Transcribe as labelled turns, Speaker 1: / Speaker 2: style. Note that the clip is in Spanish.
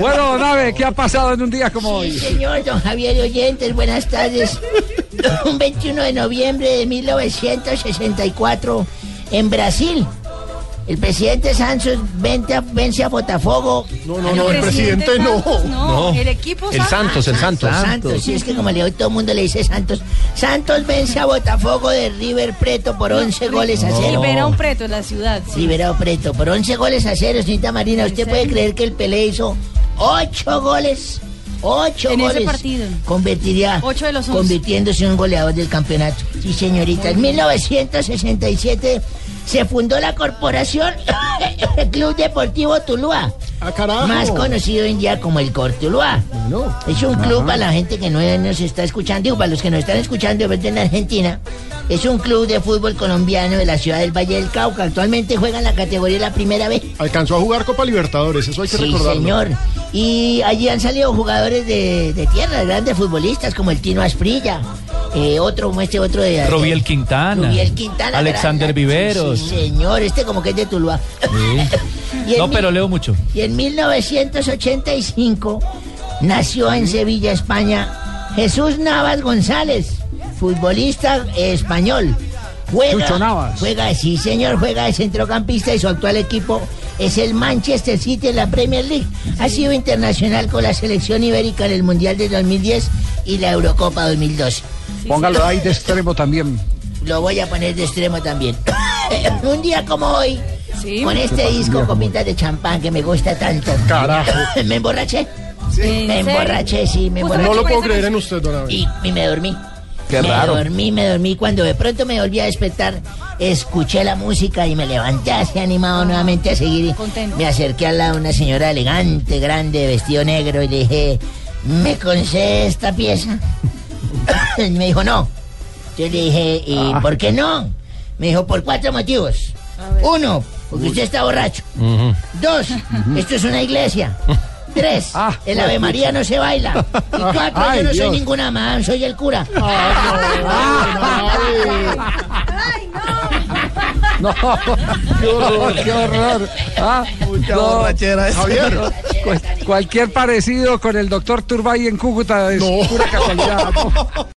Speaker 1: Bueno, don Abe, ¿qué ha pasado en un día como hoy?
Speaker 2: Señor don Javier Oyentes, buenas tardes. Un 21 de noviembre de 1964, en Brasil, el presidente Santos vence a, vence a Botafogo.
Speaker 3: No, no, no, el presidente no.
Speaker 4: Santos, no. El equipo
Speaker 3: El Santos, el Santos.
Speaker 2: Santos, sí, es que como le doy todo el mundo le dice Santos. Santos vence a Botafogo de River Preto por 11 goles a cero.
Speaker 4: Libera un preto en la ciudad. sí.
Speaker 2: Liberado Preto por 11 goles a cero, señorita Marina. ¿Usted puede creer que el Pelé hizo 8 goles? 8
Speaker 4: En ese
Speaker 2: goles.
Speaker 4: partido.
Speaker 2: Convertiría.
Speaker 4: Ocho de los once.
Speaker 2: Convirtiéndose en un goleador del campeonato. Sí, señorita. En 1967 se fundó la corporación Club Deportivo Tuluá.
Speaker 3: Ah, carajo.
Speaker 2: Más conocido hoy en día como el Cortuluá.
Speaker 3: No.
Speaker 2: Es un club para la gente que no nos está escuchando, digo, para los que nos están escuchando de repente en Argentina. Es un club de fútbol colombiano de la ciudad del Valle del Cauca. Actualmente juega en la categoría de la primera vez.
Speaker 3: Alcanzó a jugar Copa Libertadores, eso hay que
Speaker 2: Sí,
Speaker 3: recordarlo.
Speaker 2: señor. Y allí han salido jugadores de, de tierra, grandes futbolistas como el Tino Asprilla, eh, otro como este otro de
Speaker 5: Robiel Quintana.
Speaker 2: Rubiel Quintana,
Speaker 5: Alexander
Speaker 2: gran-
Speaker 5: Viveros.
Speaker 2: Sí, señor, este como que es de Tuluá. Y en
Speaker 5: No,
Speaker 2: mi-
Speaker 5: pero leo mucho.
Speaker 2: y en 1985 nació en Sevilla, España, Jesús Navas González, futbolista eh, español. Juega,
Speaker 1: Chucho Navas.
Speaker 2: juega, sí señor, juega de centrocampista y su actual equipo es el Manchester City en la Premier League. Ha sido internacional con la selección ibérica en el Mundial de 2010 y la Eurocopa 2012.
Speaker 1: Póngalo ahí de extremo también.
Speaker 2: Lo voy a poner de extremo también. Un día como hoy,
Speaker 4: Sí.
Speaker 2: con este disco copitas de champán que me gusta tanto.
Speaker 3: Carajo.
Speaker 2: ¿Me emborraché?
Speaker 4: ¿En
Speaker 2: Me
Speaker 4: serio?
Speaker 2: emborraché, sí, me
Speaker 4: Justo
Speaker 2: emborraché.
Speaker 3: No
Speaker 4: Por
Speaker 3: lo puedo
Speaker 4: eso
Speaker 3: creer
Speaker 4: no-
Speaker 3: en usted, don Abel.
Speaker 2: Y, y me dormí.
Speaker 1: eh. Qué
Speaker 2: me
Speaker 1: raro.
Speaker 2: dormí, me dormí. Cuando de pronto me volví a despertar, escuché la música y me levanté así animado nuevamente a seguir. Y
Speaker 4: Contento.
Speaker 2: Me acerqué al lado de una señora elegante, grande, vestido negro y le dije, ¿me concede esta pieza? y me dijo, no. Yo le dije, ¿y
Speaker 1: Ah.
Speaker 2: por qué no? Me dijo, por cuatro motivos. Uno, porque usted está borracho. Dos, esto es una iglesia. Tres,
Speaker 1: Ah,
Speaker 2: el Ave María no se baila. Y cuatro,
Speaker 3: Ay,
Speaker 2: yo no
Speaker 3: Dios.
Speaker 2: soy ninguna madame, soy el cura.
Speaker 1: No, qué horror, qué horror. Ah, no,
Speaker 3: Javier.
Speaker 1: cual- cualquier parecido con el doctor Turbay en Cúcuta es
Speaker 3: No.
Speaker 1: pura casualidad. ¿no?